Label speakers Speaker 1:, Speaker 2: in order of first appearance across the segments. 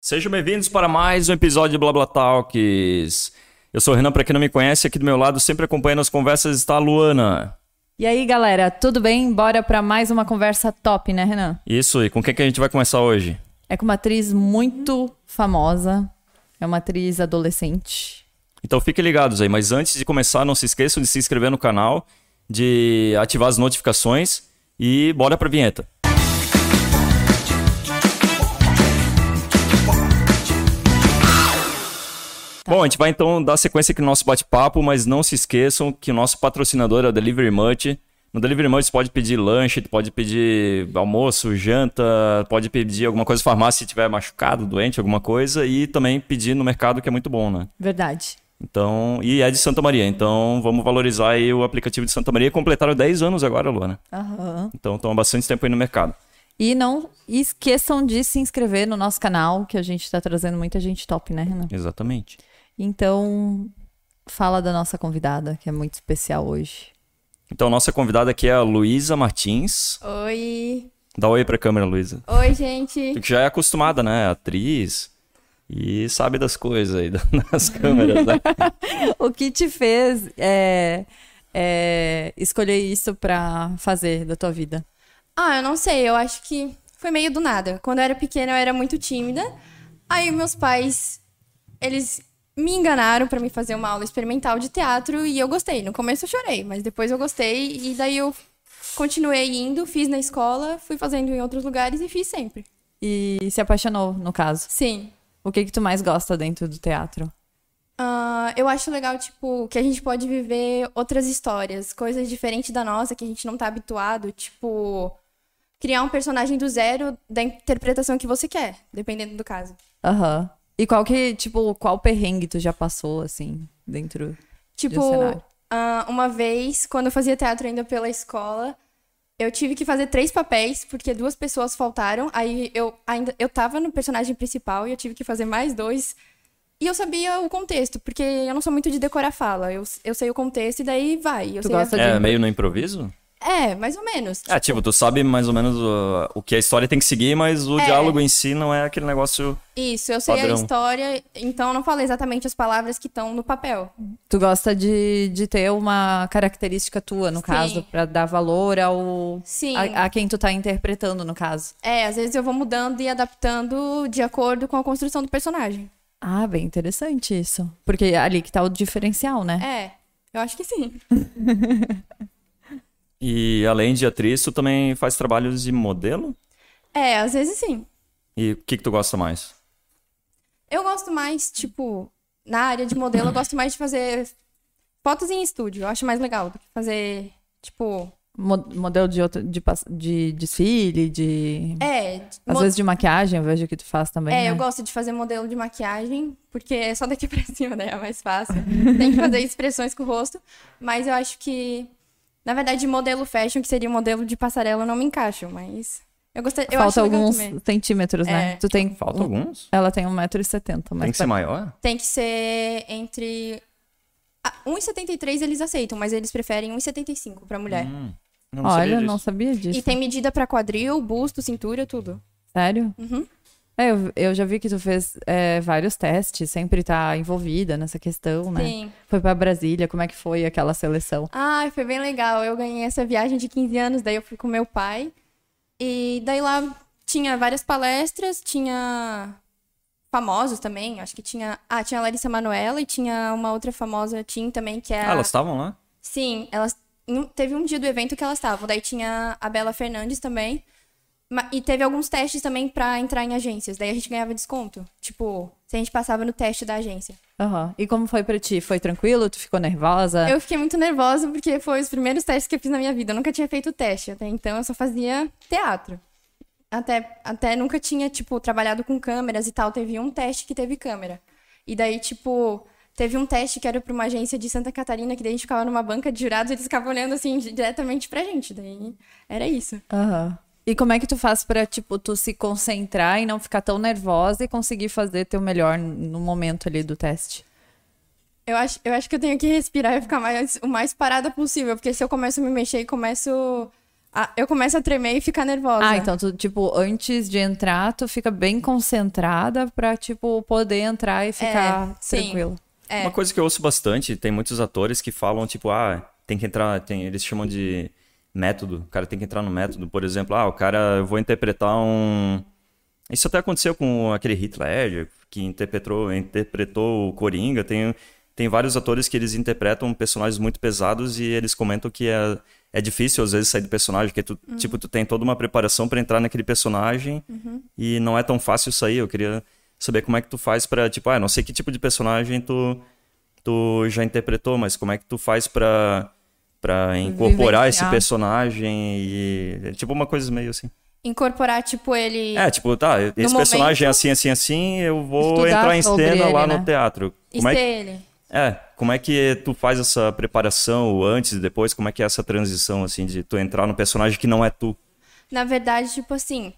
Speaker 1: Sejam bem-vindos para mais um episódio de Blabla Talks. Eu sou o Renan, para quem não me conhece, aqui do meu lado, sempre acompanhando as conversas, está a Luana.
Speaker 2: E aí, galera, tudo bem? Bora para mais uma conversa top, né, Renan?
Speaker 1: Isso, e com quem que a gente vai começar hoje?
Speaker 2: É com uma atriz muito famosa, é uma atriz adolescente.
Speaker 1: Então fiquem ligados aí, mas antes de começar, não se esqueçam de se inscrever no canal, de ativar as notificações e bora pra vinheta. Bom, a gente vai então dar sequência aqui no nosso bate-papo, mas não se esqueçam que o nosso patrocinador é o Delivery Much. No Delivery Much você pode pedir lanche, pode pedir almoço, janta, pode pedir alguma coisa farmácia se tiver machucado, doente, alguma coisa, e também pedir no mercado que é muito bom, né?
Speaker 2: Verdade.
Speaker 1: Então, e é de Santa Maria, então vamos valorizar aí o aplicativo de Santa Maria. Completaram 10 anos agora, Luana.
Speaker 2: Aham.
Speaker 1: Então estão há bastante tempo aí no mercado.
Speaker 2: E não esqueçam de se inscrever no nosso canal, que a gente tá trazendo muita gente top, né, Renan?
Speaker 1: Exatamente.
Speaker 2: Então, fala da nossa convidada, que é muito especial hoje.
Speaker 1: Então, nossa convidada aqui é a Luísa Martins.
Speaker 3: Oi.
Speaker 1: Dá um oi pra câmera, Luísa.
Speaker 3: Oi, gente.
Speaker 1: Tu que já é acostumada, né? Atriz e sabe das coisas aí, das câmeras, né?
Speaker 2: o que te fez é, é, escolher isso pra fazer da tua vida?
Speaker 3: Ah, eu não sei, eu acho que foi meio do nada. Quando eu era pequena, eu era muito tímida. Aí meus pais, eles me enganaram pra me fazer uma aula experimental de teatro e eu gostei. No começo eu chorei, mas depois eu gostei e daí eu continuei indo, fiz na escola, fui fazendo em outros lugares e fiz sempre.
Speaker 2: E se apaixonou, no caso.
Speaker 3: Sim.
Speaker 2: O que que tu mais gosta dentro do teatro?
Speaker 3: Ah, eu acho legal, tipo, que a gente pode viver outras histórias, coisas diferentes da nossa que a gente não tá habituado, tipo, criar um personagem do zero da interpretação que você quer, dependendo do caso.
Speaker 2: Aham. E qual que, tipo, qual perrengue tu já passou, assim, dentro
Speaker 3: Tipo,
Speaker 2: de um cenário?
Speaker 3: ah, uma vez, quando eu fazia teatro ainda pela escola, eu tive que fazer três papéis, porque duas pessoas faltaram. Aí eu ainda eu tava no personagem principal e eu tive que fazer mais dois. E eu sabia o contexto, porque eu não sou muito de decorar fala. Eu, eu sei o contexto e daí vai. Eu
Speaker 2: Tu
Speaker 3: sei a-
Speaker 2: gosta de-
Speaker 1: É meio no improviso?
Speaker 3: É, mais ou menos.
Speaker 1: É, tipo, tu sabe mais ou menos uh, o que a história tem que seguir, mas o
Speaker 3: É.
Speaker 1: diálogo em si não é aquele negócio.
Speaker 3: Isso, eu sei
Speaker 1: Padrão.
Speaker 3: a história, então eu não falei exatamente as palavras que estão no papel.
Speaker 2: Tu gosta de, de ter uma característica tua, no
Speaker 3: Sim.
Speaker 2: caso, pra dar valor ao...
Speaker 3: Sim.
Speaker 2: A, a quem tu tá interpretando, no caso.
Speaker 3: É, às vezes eu vou mudando e adaptando de acordo com a construção do personagem.
Speaker 2: Ah, bem interessante isso. Porque é ali que tá o diferencial, né?
Speaker 3: É, eu acho que sim.
Speaker 1: E além de atriz, tu também faz trabalhos de modelo?
Speaker 3: É, às vezes sim.
Speaker 1: E o que, que tu gosta mais?
Speaker 3: Eu gosto mais, tipo, na área de modelo, eu gosto mais de fazer fotos em estúdio. Eu acho mais legal do que fazer, tipo.
Speaker 2: Mo- modelo de, outro, de, pas- de desfile, de...
Speaker 3: É,
Speaker 2: Às
Speaker 3: mo-
Speaker 2: vezes de maquiagem, eu vejo que tu faz também,
Speaker 3: é
Speaker 2: né?
Speaker 3: eu gosto de fazer modelo de maquiagem, porque é só daqui pra cima, né? É mais fácil. Tem que fazer expressões com o rosto. Mas eu acho que, na verdade, modelo fashion, que seria o modelo de passarela, eu não me encaixo, mas. Eu gostei. Eu acho
Speaker 2: Falta
Speaker 3: legal
Speaker 2: alguns
Speaker 3: também.
Speaker 2: centímetros, né?
Speaker 3: É.
Speaker 2: Tu tem...
Speaker 1: Falta alguns.
Speaker 2: Ela tem 1,70m, mas...
Speaker 1: Tem que ser maior?
Speaker 3: Tem que ser entre. Ah, 1,73 eles aceitam, mas eles preferem 1,75 pra mulher.
Speaker 1: Hum, não sabia
Speaker 2: É. Olha,
Speaker 1: disso.
Speaker 2: não sabia disso.
Speaker 3: E tem medida pra quadril, busto, cintura, tudo.
Speaker 2: Sério?
Speaker 3: Uhum.
Speaker 2: É, eu, eu já vi que tu fez é, vários testes, sempre tá envolvida nessa questão, né?
Speaker 3: Sim.
Speaker 2: Foi pra Brasília, como é que foi aquela seleção?
Speaker 3: Ai, foi bem legal. Eu ganhei essa viagem de 15 anos, daí eu fui com meu pai. E daí lá tinha várias palestras, tinha famosos também, acho que tinha... Ah, tinha a Larissa Manoela e tinha uma outra famosa Tim também, que é
Speaker 1: Ah,
Speaker 3: a...
Speaker 1: elas estavam lá?
Speaker 3: Sim, elas... em um- Teve um dia do evento que elas estavam, daí tinha a Bela Fernandes também. Ma- E teve alguns testes também pra entrar em agências, daí a gente ganhava desconto. Tipo, se a gente passava no teste da agência.
Speaker 2: Aham. E como foi pra ti? Foi tranquilo? Tu ficou nervosa?
Speaker 3: Eu fiquei muito nervosa porque foi os primeiros testes que eu fiz na minha vida. Eu nunca tinha feito teste até então, eu só fazia teatro. Até, até nunca tinha, tipo, trabalhado com câmeras e tal. Teve um teste que teve câmera. E daí, tipo, teve um teste que era pra uma agência de Santa Catarina, que daí a gente ficava numa banca de jurados e eles ficavam olhando, assim, di- diretamente pra gente. Daí era isso.
Speaker 2: Aham. E como é que tu faz pra, tipo, tu se concentrar e não ficar tão nervosa e conseguir fazer teu melhor no momento ali do teste?
Speaker 3: Eu acho, eu acho que eu tenho que respirar e ficar mais, o mais parada possível, porque se eu começo a me mexer e começo Ah, eu começo a tremer e ficar nervosa.
Speaker 2: Ah, então tu, tipo, antes de entrar, tu fica bem concentrada pra, tipo, poder entrar e ficar
Speaker 3: É, sim.
Speaker 2: tranquila.
Speaker 3: É.
Speaker 1: Uma coisa que eu ouço bastante, tem muitos atores que falam, tipo, ah, tem que entrar, tem, eles chamam de método, o cara tem que entrar no método, por exemplo, ah, o cara, eu vou interpretar um... Isso até aconteceu com aquele Heath Ledger, que interpretou, interpretou o Coringa, tem, tem vários atores que eles interpretam personagens muito pesados e eles comentam que é, é difícil, às vezes, sair do personagem, porque tu, tipo, tu tem toda uma preparação pra entrar naquele personagem e não é tão fácil sair, eu queria saber como é que tu faz pra, tipo, ah, não sei que tipo de personagem tu, tu já interpretou, mas como é que tu faz pra, pra incorporar esse
Speaker 2: Vivenciar.
Speaker 1: personagem e... é tipo uma coisa meio assim.
Speaker 3: Incorporar, tipo, ele.
Speaker 1: É, tipo, tá, esse
Speaker 3: momento-
Speaker 1: personagem é assim, assim, assim, eu vou
Speaker 2: Estudar
Speaker 1: entrar em
Speaker 2: sobre
Speaker 1: cena
Speaker 2: ele,
Speaker 1: lá
Speaker 2: né?
Speaker 1: no teatro.
Speaker 3: e
Speaker 1: Como é,
Speaker 3: ser
Speaker 1: que-
Speaker 3: ele.
Speaker 1: é, como é que tu faz essa preparação o antes e depois? Como é que é essa transição, assim, de tu entrar no personagem que não é tu?
Speaker 3: Na verdade, tipo assim,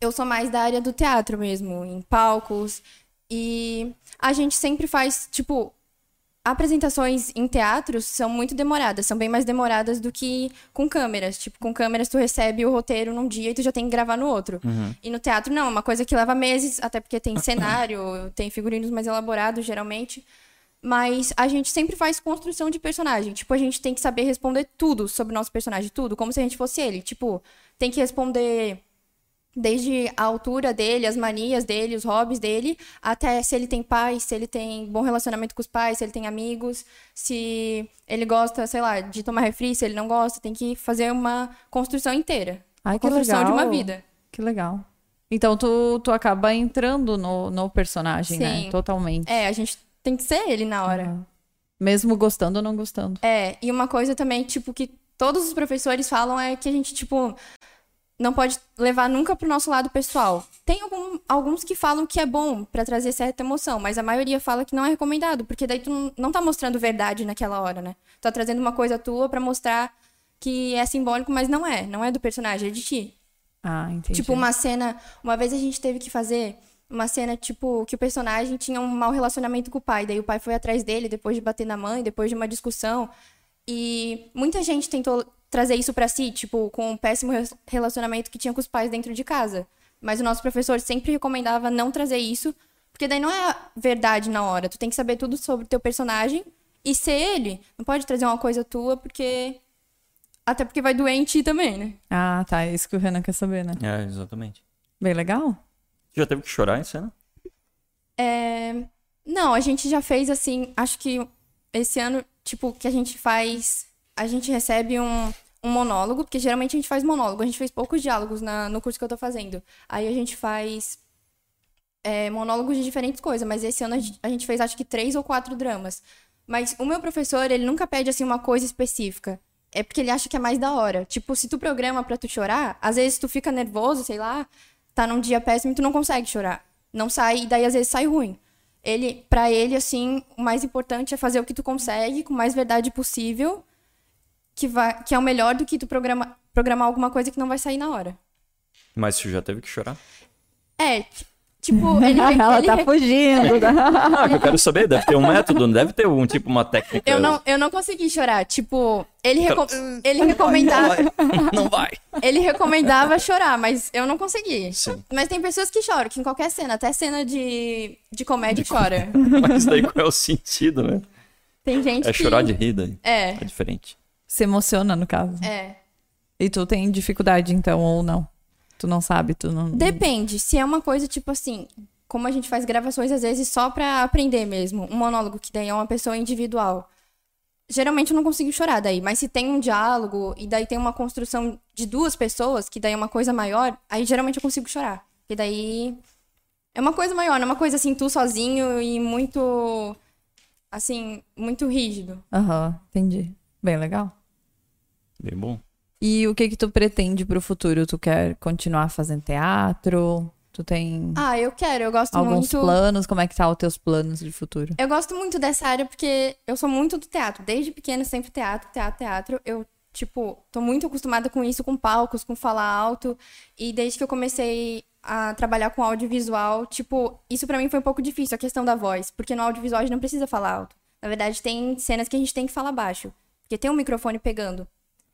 Speaker 3: eu sou mais da área do teatro mesmo, em palcos. E a gente sempre faz, tipo, apresentações em teatros são muito demoradas, são bem mais demoradas do que com câmeras. Tipo, com câmeras tu recebe o roteiro num dia e tu já tem que gravar no outro.
Speaker 1: Uhum.
Speaker 3: E no teatro não, é uma coisa que leva meses, até porque tem cenário, tem figurinos mais elaborados geralmente. Mas a gente sempre faz construção de personagem. Tipo, a gente tem que saber responder tudo sobre o nosso personagem, tudo, como se a gente fosse ele. Tipo, tem que responder desde a altura dele, as manias dele, os hobbies dele, até se ele tem pais, se ele tem bom relacionamento com os pais, se ele tem amigos, se ele gosta, sei lá, de tomar refri, se ele não gosta, tem que fazer uma construção inteira.
Speaker 2: Ai,
Speaker 3: uma
Speaker 2: que
Speaker 3: construção de uma
Speaker 2: legal.
Speaker 3: vida.
Speaker 2: Que legal. Então tu, tu acaba entrando no, no personagem, né?
Speaker 3: Sim.
Speaker 2: Totalmente.
Speaker 3: É, a gente tem que ser ele na hora.
Speaker 2: Uhum. Mesmo gostando ou não gostando.
Speaker 3: É, e uma coisa também, tipo, que todos os professores falam é que a gente, tipo, não pode levar nunca pro nosso lado pessoal. Tem algum- alguns que falam que é bom pra trazer certa emoção, mas a maioria fala que não é recomendado, porque daí tu não- não tá mostrando verdade naquela hora, né? Tu tá trazendo uma coisa tua pra mostrar que é simbólico, mas não é. Não é do personagem, é de ti.
Speaker 2: Ah, entendi.
Speaker 3: Tipo, uma cena. Uma vez a gente teve que fazer uma cena, tipo, que o personagem tinha um mau relacionamento com o pai. Daí o pai foi atrás dele depois de bater na mãe, depois de uma discussão. E muita gente tentou trazer isso pra si, tipo, com o péssimo re- relacionamento que tinha com os pais dentro de casa. Mas o nosso professor sempre recomendava não trazer isso, porque daí não é a verdade na hora. Tu tem que saber tudo sobre o teu personagem e ser ele. Não pode trazer uma coisa tua, porque. Até porque vai doer em ti também, né?
Speaker 2: Ah, tá. É isso que o Renan quer saber, né?
Speaker 1: É, exatamente.
Speaker 2: Bem legal.
Speaker 1: Já teve que chorar em cena?
Speaker 3: É, Não, a gente já fez assim, acho que esse ano, tipo, que a gente faz. A gente recebe um, um monólogo, porque geralmente a gente faz monólogo, a gente fez poucos diálogos na- no curso que eu tô fazendo. Aí a gente faz é, monólogos de diferentes coisas, mas esse ano a gente, a gente fez acho que três ou quatro dramas. Mas o meu professor, ele nunca pede assim uma coisa específica. É porque ele acha que é mais da hora. Tipo, se tu programa pra tu chorar, às vezes tu fica nervoso, sei lá, tá num dia péssimo e tu não consegue chorar. Não sai, e daí às vezes sai ruim. Ele, para ele, assim, o mais importante é fazer o que tu consegue, com mais verdade possível, que, vai, que é o melhor do que tu programa, programar alguma coisa que não vai sair na hora.
Speaker 1: Mas tu já teve que chorar?
Speaker 3: É, t- tipo, ele,
Speaker 2: Ela
Speaker 3: ele
Speaker 2: tá fugindo.
Speaker 1: Ah, eu quero saber, deve ter um método, não deve ter um tipo, uma técnica.
Speaker 3: Eu não, eu não consegui chorar. Tipo, ele, reco-
Speaker 1: Cara,
Speaker 3: ele recomendava.
Speaker 1: Não vai.
Speaker 3: Ele recomendava chorar, mas eu não consegui.
Speaker 1: Sim.
Speaker 3: Mas tem pessoas que choram, que em qualquer cena, até cena de, de comédia chora.
Speaker 1: Mas daí qual é o sentido, né?
Speaker 3: Tem gente
Speaker 1: É
Speaker 3: que.
Speaker 1: chorar de rir daí.
Speaker 3: É,
Speaker 1: É diferente.
Speaker 2: Se emociona, no caso.
Speaker 3: é.
Speaker 2: E tu tem dificuldade, então, ou não? Tu não sabe, tu não.
Speaker 3: Depende. Se é uma coisa tipo assim, como a gente faz gravações às vezes só pra aprender mesmo, um monólogo que daí é uma pessoa individual. Geralmente eu não consigo chorar daí, mas se tem um diálogo e daí tem uma construção de duas pessoas, que daí é uma coisa maior, aí geralmente eu consigo chorar. E daí é uma coisa maior, não é uma coisa assim tu sozinho e muito assim, muito rígido.
Speaker 2: Aham, entendi. Bem legal.
Speaker 1: Bem bom.
Speaker 2: E o que que tu pretende pro futuro? Tu quer continuar fazendo teatro? Tu tem
Speaker 3: Ah, eu quero, eu gosto
Speaker 2: alguns
Speaker 3: muito
Speaker 2: planos? Como é que tá os teus planos de futuro?
Speaker 3: Eu gosto muito dessa área porque eu sou muito do teatro. Desde pequena, sempre teatro, teatro, teatro. Eu, tipo, tô muito acostumada com isso, com palcos, com falar alto. E desde que eu comecei a trabalhar com audiovisual, tipo, isso pra mim foi um pouco difícil, a questão da voz. Porque no audiovisual a gente não precisa falar alto. Na verdade, tem cenas que a gente tem que falar baixo. Porque tem um microfone pegando.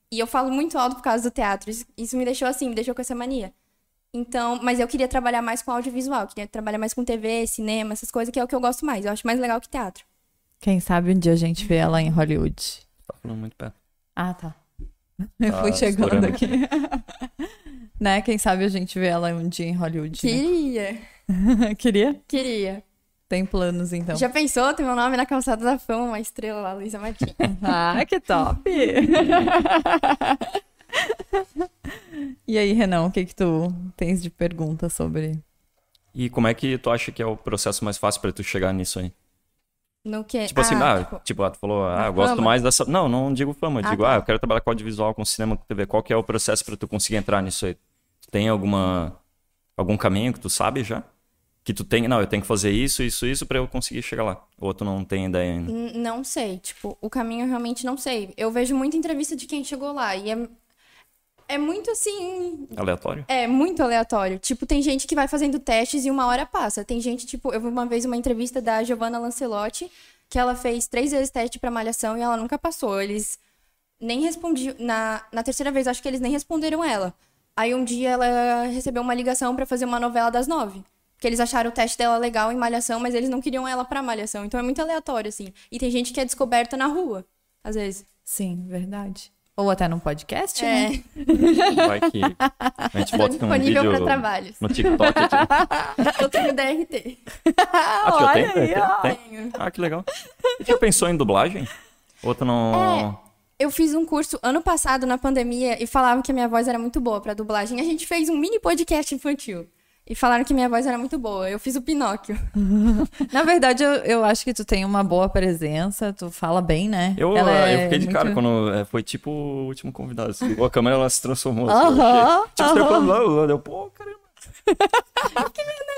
Speaker 3: E eu falo muito alto por causa do teatro. Isso- Isso me deixou assim, me deixou com essa mania. Então, mas eu queria trabalhar mais com audiovisual, queria trabalhar mais com TV, cinema, essas coisas, que é o que eu gosto mais. Eu acho mais legal que teatro.
Speaker 2: Quem sabe um dia a gente vê ela em Hollywood.
Speaker 1: Tá falando muito perto.
Speaker 2: Ah, tá. Eu
Speaker 1: Tá
Speaker 2: fui chegando
Speaker 1: estourando
Speaker 2: aqui. né? Quem sabe a gente vê ela um dia em Hollywood. né?
Speaker 3: Queria,
Speaker 2: Queria?
Speaker 3: queria.
Speaker 2: Tem planos, então.
Speaker 3: Já pensou ter meu nome na calçada da fama, uma estrela lá, Luísa Martins?
Speaker 2: Ah, que top! e aí, Renan, o que que tu tens de pergunta sobre...
Speaker 1: E como é que tu acha que é o processo mais fácil pra tu chegar nisso aí?
Speaker 3: No quê?
Speaker 1: Tipo assim, ah, tipo, ah, tu falou, ah,
Speaker 3: É, na
Speaker 1: eu gosto
Speaker 3: fama?
Speaker 1: mais dessa. Não, não digo fama, eu
Speaker 3: Ah,
Speaker 1: digo,
Speaker 3: tá.
Speaker 1: ah, eu quero trabalhar com audiovisual, com cinema, com TV. Qual que é o processo pra tu conseguir entrar nisso aí? Tu tem alguma algum caminho que tu sabe já? Que tu tem, não, eu tenho que fazer isso, isso, isso pra eu conseguir chegar lá. Ou tu não tem ideia ainda.
Speaker 3: N- Não sei, tipo, o caminho eu realmente não sei. Eu vejo muita entrevista de quem chegou lá e é, é muito assim.
Speaker 1: Aleatório?
Speaker 3: É muito aleatório. Tipo, tem gente que vai fazendo testes e uma hora passa. Tem gente, tipo, eu vi uma vez uma entrevista da Giovanna Lancelotti, que ela fez três vezes teste pra malhação e ela nunca passou. Eles nem respondiam. Na, na terceira vez, acho que eles nem responderam ela. Aí um dia ela recebeu uma ligação pra fazer uma novela das nove. Porque eles acharam o teste dela legal em malhação, mas eles não queriam ela pra malhação. Então é muito aleatório, assim. E tem gente que é descoberta na rua, às vezes.
Speaker 2: Sim, verdade. Ou até num podcast, né?
Speaker 3: É,
Speaker 1: Vai que a gente
Speaker 3: tá
Speaker 1: bota um
Speaker 3: disponível pra
Speaker 1: vídeo
Speaker 3: trabalhos.
Speaker 1: no TikTok. Aqui.
Speaker 3: Eu tenho DRT.
Speaker 1: Ah, tu já tem?
Speaker 2: Olha aí, ó.
Speaker 1: tem? Tem? Ah, que legal. E tu já pensou em dublagem? Ou tu não.
Speaker 2: É.
Speaker 3: Eu fiz um curso ano passado na pandemia e falavam que a minha voz era muito boa pra dublagem. A gente fez um mini podcast infantil e falaram que minha voz era muito boa. Eu fiz o Pinóquio.
Speaker 2: Na verdade, eu, eu acho que tu tem uma boa presença, tu fala bem, né?
Speaker 1: Eu,
Speaker 2: Ela
Speaker 1: eu
Speaker 2: é
Speaker 1: fiquei de
Speaker 2: muito-
Speaker 1: cara quando é, foi tipo o último convidado. assim, ligou a câmera ela se transformou. assim, eu
Speaker 2: Aham,
Speaker 1: achei. tipo, você
Speaker 2: aham.
Speaker 1: falando, "Lá, lá", eu, pô, caramba,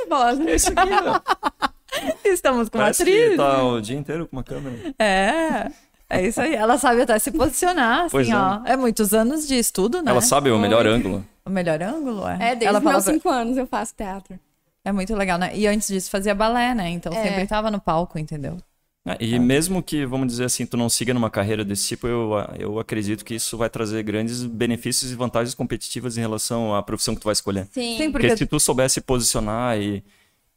Speaker 3: Voz, né?
Speaker 1: é isso aqui, velho.
Speaker 2: Estamos com uma
Speaker 1: Parece que
Speaker 2: atriz.
Speaker 1: tá o dia inteiro com uma câmera.
Speaker 2: É. É isso aí. Ela sabe até se posicionar, assim,
Speaker 1: Pois é.
Speaker 2: ó. É muitos anos de estudo, né?
Speaker 1: Ela sabe o melhor ângulo.
Speaker 2: O melhor ângulo, é.
Speaker 3: É, desde
Speaker 2: Ela
Speaker 3: os meus
Speaker 2: pra-
Speaker 3: cinco anos eu faço teatro.
Speaker 2: É muito legal, né? E antes disso fazia balé, né? Então
Speaker 3: É.
Speaker 2: sempre tava no palco, entendeu?
Speaker 1: Ah,
Speaker 2: É.
Speaker 1: E mesmo que, vamos dizer assim, tu não siga numa carreira desse tipo, eu, ah, eu acredito que isso vai trazer grandes benefícios e vantagens competitivas em relação à profissão que tu vai escolher.
Speaker 2: Sim,
Speaker 3: Sim.
Speaker 1: Porque,
Speaker 2: porque
Speaker 1: se tu soubesse posicionar e,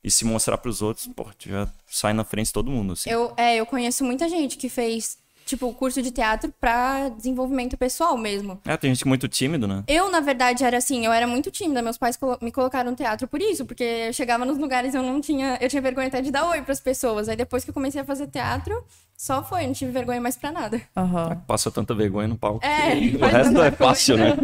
Speaker 1: e se mostrar pros outros, pô, tu já sai na frente de todo mundo, assim.
Speaker 3: Eu, é, eu conheço muita gente que fez, tipo, curso de teatro pra desenvolvimento pessoal mesmo.
Speaker 1: É, tem gente muito tímido, né?
Speaker 3: Eu, na verdade, era assim, eu era muito tímida. Meus pais colo- me colocaram no teatro por isso, porque eu chegava nos lugares eu não tinha. Eu tinha vergonha até de dar oi pras pessoas. Aí depois que eu comecei a fazer teatro, só foi, não tive vergonha mais pra nada.
Speaker 2: Aham.
Speaker 1: Passa tanta vergonha no palco.
Speaker 3: É,
Speaker 1: que o
Speaker 3: faz
Speaker 1: resto
Speaker 3: tanta
Speaker 1: é fácil, né?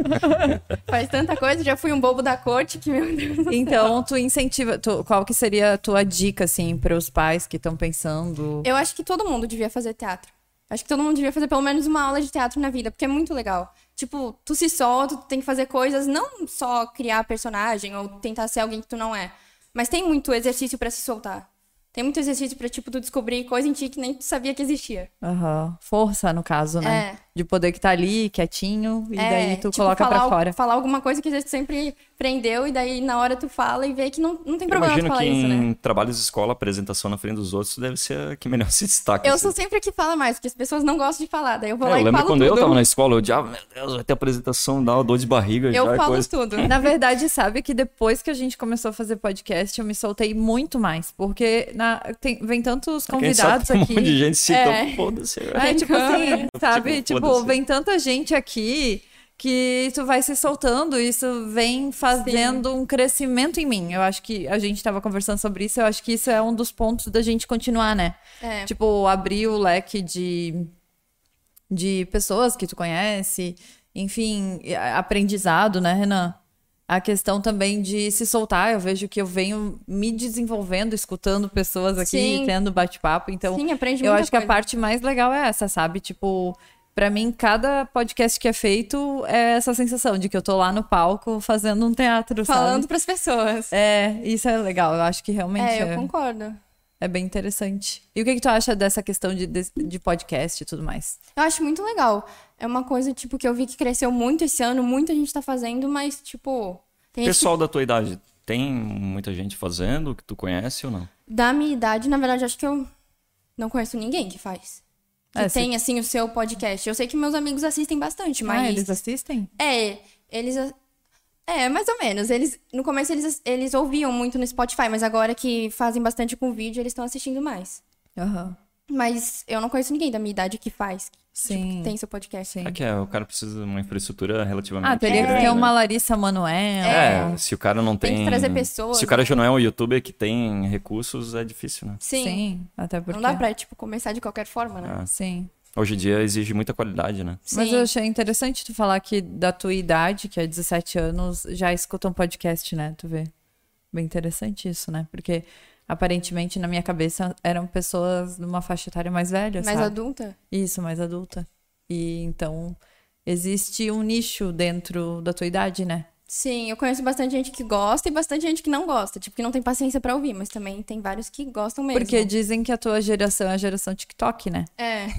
Speaker 3: Faz tanta coisa, já fui um bobo da corte que, meu Deus.
Speaker 2: Então, tu incentiva. tu- qual que seria a tua dica, assim, para os pais que estão pensando?
Speaker 3: Eu acho que todo mundo devia fazer teatro. Acho que todo mundo devia fazer pelo menos uma aula de teatro na vida, porque é muito legal. Tipo, tu se solta, tu tem que fazer coisas, não só criar personagem ou tentar ser alguém que tu não é. Mas tem muito exercício pra se soltar. Tem muito exercício pra, tipo, tu descobrir coisa em ti que nem tu sabia que existia.
Speaker 2: Aham. Força, no caso, né?
Speaker 3: É.
Speaker 2: De poder que tá ali, quietinho, e
Speaker 3: É,
Speaker 2: daí tu
Speaker 3: tipo,
Speaker 2: coloca
Speaker 3: falar
Speaker 2: pra
Speaker 3: al-
Speaker 2: fora.
Speaker 3: Falar alguma coisa que às vezes tu sempre prendeu, e daí na hora tu fala e vê que não, não tem
Speaker 1: Eu
Speaker 3: problema tu
Speaker 1: imagino
Speaker 3: falar
Speaker 1: que
Speaker 3: isso, né?
Speaker 1: em trabalhos de escola, apresentação na frente dos outros deve ser a que melhor se destaca.
Speaker 3: Eu
Speaker 1: assim.
Speaker 3: sou sempre a que fala mais, porque as pessoas não gostam de falar. Daí eu vou
Speaker 1: É,
Speaker 3: lá
Speaker 1: eu
Speaker 3: e
Speaker 1: lembro
Speaker 3: falo
Speaker 1: quando
Speaker 3: tudo.
Speaker 1: eu tava na escola, eu odiava, meu Deus, vai ter apresentação, dá uma dor de barriga
Speaker 3: Eu
Speaker 1: já, é
Speaker 3: falo
Speaker 1: coisa.
Speaker 3: tudo.
Speaker 2: Na verdade, sabe que depois que a gente começou a fazer podcast, eu me soltei muito mais. Porque na- tem- vem tantos
Speaker 1: Quem sabe
Speaker 2: convidados
Speaker 1: tem um
Speaker 2: aqui.
Speaker 1: monte de gente se
Speaker 3: É.
Speaker 1: então, foda-se. velho.
Speaker 2: É, tipo assim,
Speaker 1: Tipo,
Speaker 2: sabe? Tipo,
Speaker 1: foda-se.
Speaker 2: vem tanta gente aqui que tu vai se soltando, isso vem fazendo um crescimento em mim. Eu acho que a gente tava conversando sobre isso, eu acho que isso é um dos pontos da gente continuar, né?
Speaker 3: É.
Speaker 2: Tipo, abrir o leque de, de pessoas que tu conhece, enfim, e a- aprendizado, né, Renan? A questão também de se soltar, eu vejo que eu venho me desenvolvendo, escutando pessoas aqui,
Speaker 3: Sim.
Speaker 2: tendo bate-papo, então
Speaker 3: Sim, aprende
Speaker 2: eu
Speaker 3: muita
Speaker 2: acho que a
Speaker 3: coisa.
Speaker 2: parte mais legal é essa, sabe? Tipo, pra mim, cada podcast que é feito é essa sensação de que eu tô lá no palco fazendo um teatro,
Speaker 3: Falando
Speaker 2: sabe?
Speaker 3: pras pessoas.
Speaker 2: É, isso é legal. Eu acho que realmente
Speaker 3: É, eu
Speaker 2: é,
Speaker 3: concordo.
Speaker 2: é bem interessante. E o que, que tu acha dessa questão de, de, de podcast e tudo mais?
Speaker 3: Eu acho muito legal. É uma coisa, tipo, que eu vi que cresceu muito esse ano, muita gente tá fazendo, mas, tipo, tem gente
Speaker 1: Pessoal da tua idade, tem muita gente fazendo que tu conhece ou não?
Speaker 3: que, da minha idade, na verdade, acho que eu não conheço ninguém que faz. que
Speaker 2: É, se-
Speaker 3: tem, assim, o seu podcast. Eu sei que meus amigos assistem bastante, mas.
Speaker 2: Ah, eles assistem?
Speaker 3: É, eles. a- É, mais ou menos. Eles, no começo eles, eles ouviam muito no Spotify, mas agora que fazem bastante com vídeo, eles estão assistindo mais.
Speaker 2: Aham.
Speaker 3: Mas eu não conheço ninguém da minha idade que faz, que
Speaker 2: Sim.
Speaker 3: tem seu podcast.
Speaker 2: Sim.
Speaker 1: É que é, o cara precisa de uma infraestrutura relativamente
Speaker 2: Ah, teria que
Speaker 1: grande,
Speaker 2: ter uma
Speaker 1: né?
Speaker 2: Larissa Manoel.
Speaker 1: É, se o cara não tem...
Speaker 3: Tem que trazer pessoas,
Speaker 1: Se o cara já não é um youtuber que tem recursos, é difícil, né?
Speaker 3: Sim.
Speaker 2: Sim, até porque.
Speaker 3: Não dá pra, tipo, começar de qualquer forma, né?
Speaker 2: Sim.
Speaker 1: Hoje em dia exige muita qualidade, né?
Speaker 3: Sim.
Speaker 2: Mas eu achei interessante tu falar que da tua idade, que é 17 anos, já escutam podcast, né? Tu vê. Bem interessante isso, né? Porque aparentemente na minha cabeça eram pessoas numa faixa etária mais velha,
Speaker 3: Mais
Speaker 2: sabe?
Speaker 3: adulta?
Speaker 2: Isso, mais adulta. E então existe um nicho dentro da tua idade, né?
Speaker 3: Sim, eu conheço bastante gente que gosta e bastante gente que não gosta, tipo, que não tem paciência pra ouvir, mas também tem vários que gostam É mesmo.
Speaker 2: Porque dizem que a tua geração é a geração TikTok, né?
Speaker 3: É,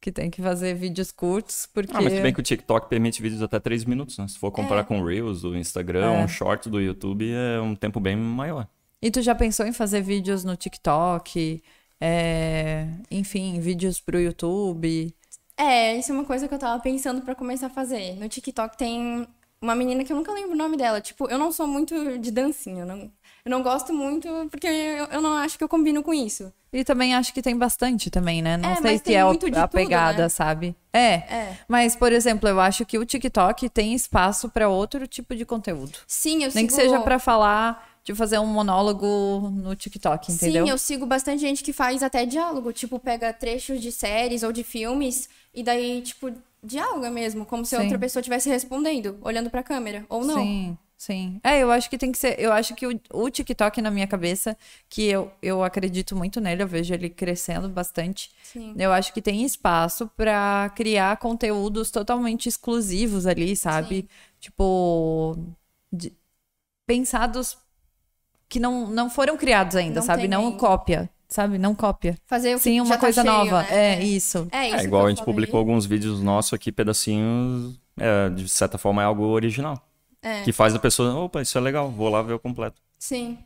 Speaker 2: Que tem que fazer vídeos curtos, porque
Speaker 1: Ah, mas tudo bem que o TikTok permite vídeos até 3 minutos, né? Se for comparar
Speaker 3: É.
Speaker 1: com Reels do Instagram,
Speaker 2: É.
Speaker 1: um short do YouTube, é um tempo bem maior.
Speaker 2: E tu já pensou em fazer vídeos no TikTok? É, Enfim, vídeos pro YouTube?
Speaker 3: É, isso é uma coisa que eu tava pensando pra começar a fazer. No TikTok tem uma menina que eu nunca lembro o nome dela. Tipo, eu não sou muito de dancinha, eu não, eu não gosto muito porque eu, eu não acho que eu combino com isso.
Speaker 2: E também acho que tem bastante também, né? Não
Speaker 3: É,
Speaker 2: sei
Speaker 3: mas
Speaker 2: se
Speaker 3: tem
Speaker 2: é o-
Speaker 3: muito de
Speaker 2: a
Speaker 3: tudo,
Speaker 2: pegada,
Speaker 3: né?
Speaker 2: sabe? É.
Speaker 3: É.
Speaker 2: Mas, por exemplo, eu acho que o TikTok tem espaço pra outro tipo de conteúdo.
Speaker 3: Sim,
Speaker 2: Nem
Speaker 3: eu sigo...
Speaker 2: que seja pra falar, de fazer um monólogo no TikTok, entendeu?
Speaker 3: Sim, eu sigo bastante gente que faz até diálogo, tipo, pega trechos de séries ou de filmes e daí, tipo, dialoga mesmo, como se a
Speaker 2: Sim.
Speaker 3: outra pessoa estivesse respondendo, olhando pra câmera, ou não.
Speaker 2: Sim, sim. É, eu acho que tem que ser. Eu acho que o, o TikTok na minha cabeça, que eu, eu acredito muito nele, eu vejo ele crescendo bastante.
Speaker 3: Sim.
Speaker 2: Eu acho que tem espaço pra criar conteúdos totalmente exclusivos ali, sabe? Tipo, de- pensados que não, não foram criados ainda,
Speaker 3: Não
Speaker 2: sabe?
Speaker 3: tem
Speaker 2: Não
Speaker 3: ainda.
Speaker 2: cópia, sabe? Não cópia.
Speaker 3: Fazer o que
Speaker 2: Sim,
Speaker 3: já
Speaker 2: uma
Speaker 3: tá
Speaker 2: coisa
Speaker 3: cheio,
Speaker 2: nova.
Speaker 3: né?
Speaker 2: É, isso.
Speaker 3: É, isso
Speaker 1: É,
Speaker 3: que
Speaker 1: igual
Speaker 3: eu
Speaker 1: a gente
Speaker 3: falo ali.
Speaker 1: publicou alguns vídeos nossos aqui, pedacinhos, é, de certa forma é algo original.
Speaker 3: É.
Speaker 1: Que faz a pessoa, opa, isso é legal, vou lá ver o completo.
Speaker 3: Sim,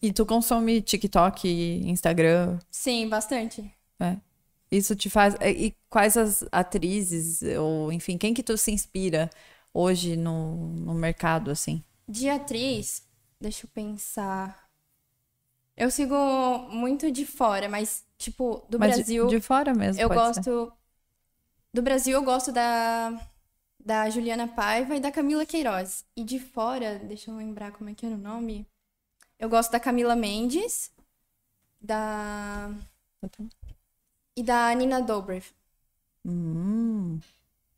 Speaker 2: E tu consome TikTok, Instagram,
Speaker 3: sim, bastante.
Speaker 2: É. Isso te faz. é, E e quais as atrizes, ou enfim, quem que tu se inspira hoje no, no mercado, assim?
Speaker 3: De atriz, deixa eu pensar. Eu sigo muito de fora, mas, tipo, do
Speaker 2: Mas de-
Speaker 3: Brasil,
Speaker 2: De, fora mesmo.
Speaker 3: eu
Speaker 2: pode ser.
Speaker 3: gosto. Do Brasil, eu gosto da, da Juliana Paiva e da Camila Queiroz. E de fora, deixa eu lembrar como é que era o nome. Eu gosto da Camila Mendes, da. e da Nina Dobrev.
Speaker 2: Hum.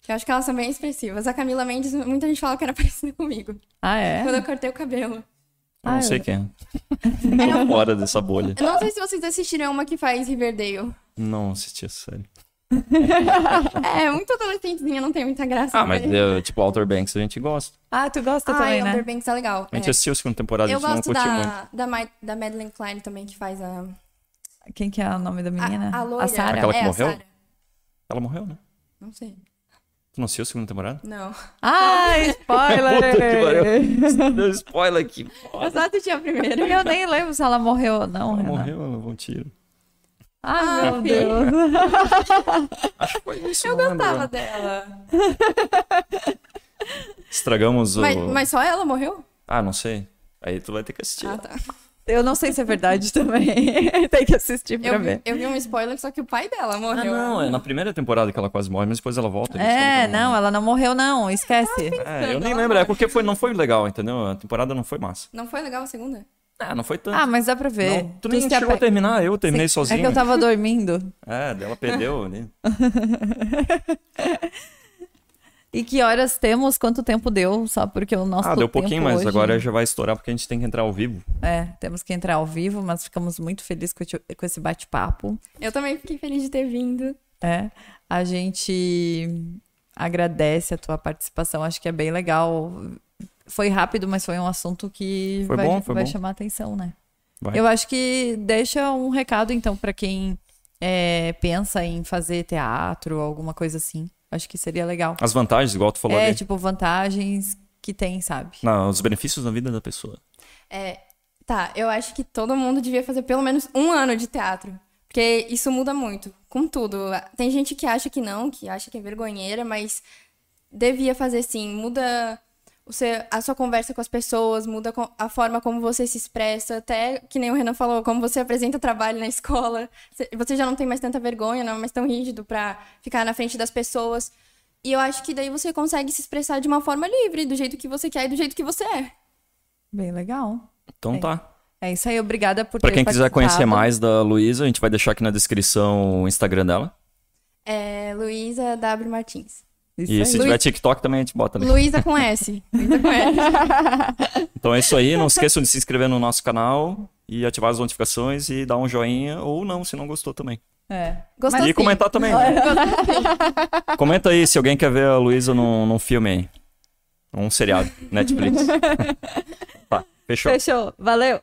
Speaker 3: Que eu acho que elas são bem expressivas. A Camila Mendes, muita gente fala que era parecida comigo.
Speaker 2: Ah, é?
Speaker 3: Quando eu cortei o cabelo.
Speaker 1: Eu
Speaker 2: Ah,
Speaker 1: não sei
Speaker 2: eu-
Speaker 1: quem é. Tô fora dessa bolha.
Speaker 3: Eu não sei se vocês assistiram é uma que faz Riverdale.
Speaker 1: Não assisti a série.
Speaker 3: É, muito adolescentezinha, não tem muita graça.
Speaker 1: Ah, mas eu, tipo, Outer Banks a gente gosta.
Speaker 2: Ah, tu gosta
Speaker 3: Ah,
Speaker 2: também,
Speaker 3: Amber
Speaker 2: né?
Speaker 3: Banks é legal.
Speaker 1: A gente
Speaker 3: É.
Speaker 1: assistiu a segunda temporada, a
Speaker 3: Eu
Speaker 1: gente não
Speaker 3: gosto
Speaker 1: curtiu muito.
Speaker 3: da, da, Ma- da Madeline Klein também, que faz a,
Speaker 2: Quem que é o nome da
Speaker 3: a,
Speaker 2: menina?
Speaker 3: a loira.
Speaker 2: Sarah?
Speaker 1: Aquela que
Speaker 3: é, a
Speaker 1: morreu?
Speaker 3: Sarah.
Speaker 1: Ela morreu, né?
Speaker 3: Não sei.
Speaker 1: Tu não assistiu a segunda temporada?
Speaker 3: Não.
Speaker 2: Ah,
Speaker 1: Puta que
Speaker 2: spoiler!
Speaker 1: Deu spoiler aqui. Foda.
Speaker 3: Eu só assisti a primeira.
Speaker 2: Eu nem lembro se ela morreu ou não.
Speaker 1: Ela
Speaker 2: Renan.
Speaker 1: morreu, ela levou um tiro.
Speaker 2: Ah,
Speaker 3: Ah,
Speaker 2: meu
Speaker 3: filha.
Speaker 2: Deus.
Speaker 1: Acho que foi isso.
Speaker 3: Eu
Speaker 1: não lembro
Speaker 3: gostava
Speaker 1: agora.
Speaker 3: dela.
Speaker 1: Estragamos o.
Speaker 3: Mas, mas só ela morreu?
Speaker 1: Ah, não sei. Aí tu vai ter que assistir.
Speaker 3: Ah, tá.
Speaker 2: Eu não sei se é verdade também. Tem que assistir pra
Speaker 3: Eu
Speaker 2: ver.
Speaker 3: vi, eu vi um spoiler, só que o pai dela
Speaker 1: Ah,
Speaker 3: morreu.
Speaker 1: não, é na primeira temporada que ela quase morre, mas depois ela volta. eles
Speaker 2: É,
Speaker 1: falam que ela
Speaker 2: não, ela não morreu, não. Esquece.
Speaker 1: morre. É, eu
Speaker 3: pensando,
Speaker 1: nem
Speaker 3: ela
Speaker 1: lembro, é
Speaker 3: morre.
Speaker 1: porque foi, não foi legal, entendeu? A temporada não foi massa.
Speaker 3: Não foi legal a segunda?
Speaker 1: Ah, não foi tanto.
Speaker 2: Ah, mas dá pra ver.
Speaker 1: Não, tu nem
Speaker 2: se
Speaker 1: chegou
Speaker 2: ape-
Speaker 1: a terminar, eu terminei sozinho.
Speaker 2: É que eu tava dormindo.
Speaker 1: É, daí ela perdeu ali.
Speaker 2: E que horas temos? Quanto tempo deu? Só porque o nosso
Speaker 1: Ah, deu um pouquinho,
Speaker 2: tempo
Speaker 1: mas
Speaker 2: hoje-
Speaker 1: agora já vai estourar porque a gente tem que entrar ao vivo.
Speaker 2: É, temos que entrar ao vivo, mas ficamos muito felizes com, ti- com esse bate-papo.
Speaker 3: Eu também fiquei feliz de ter vindo.
Speaker 2: É, a gente agradece a tua participação. Acho que é bem legal. Foi rápido, mas foi um assunto que
Speaker 1: Foi
Speaker 2: vai,
Speaker 1: bom, foi
Speaker 2: vai
Speaker 1: bom.
Speaker 2: chamar a atenção, né?
Speaker 1: Vai.
Speaker 2: Eu acho que deixa um recado, então, pra quem é, pensa em fazer teatro ou alguma coisa assim. Acho que seria legal.
Speaker 1: As vantagens, igual tu falou
Speaker 2: É,
Speaker 1: ali.
Speaker 2: tipo, vantagens que tem, sabe?
Speaker 1: Não, os benefícios na vida da pessoa.
Speaker 3: É, tá, eu acho que todo mundo devia fazer pelo menos um ano de teatro. Porque isso muda muito, com tudo. Tem gente que acha que não, que acha que é vergonheira, mas devia fazer sim. Muda o seu- a sua conversa com as pessoas, muda co- a forma como você se expressa, até que nem o Renan falou, como você apresenta o trabalho na escola. Você- Você já não tem mais tanta vergonha, não é mais tão rígido pra ficar na frente das pessoas. E eu acho que daí você consegue se expressar de uma forma livre, do jeito que você quer e do jeito que você é.
Speaker 2: Bem legal.
Speaker 1: Então
Speaker 2: É.
Speaker 1: tá.
Speaker 2: É isso aí, obrigada por
Speaker 1: Pra
Speaker 2: ter
Speaker 1: quem quiser conhecer
Speaker 2: participado.
Speaker 1: mais da Luísa, a gente vai deixar aqui na descrição o Instagram dela.
Speaker 3: É Luísa W. Martins.
Speaker 2: Isso
Speaker 1: E
Speaker 2: aí.
Speaker 1: se tiver TikTok também a gente bota ali.
Speaker 3: Luísa com S. Luísa com S.
Speaker 1: Então é isso aí. Não esqueçam de se inscrever no nosso canal e ativar as notificações e dar um joinha ou não, se não gostou também.
Speaker 2: É.
Speaker 3: Gostou
Speaker 1: e
Speaker 3: sim.
Speaker 1: comentar também. né? Comenta aí se alguém quer ver a Luísa num, num filme aí. Um seriado, Netflix. tá, fechou.
Speaker 2: Fechou. Valeu.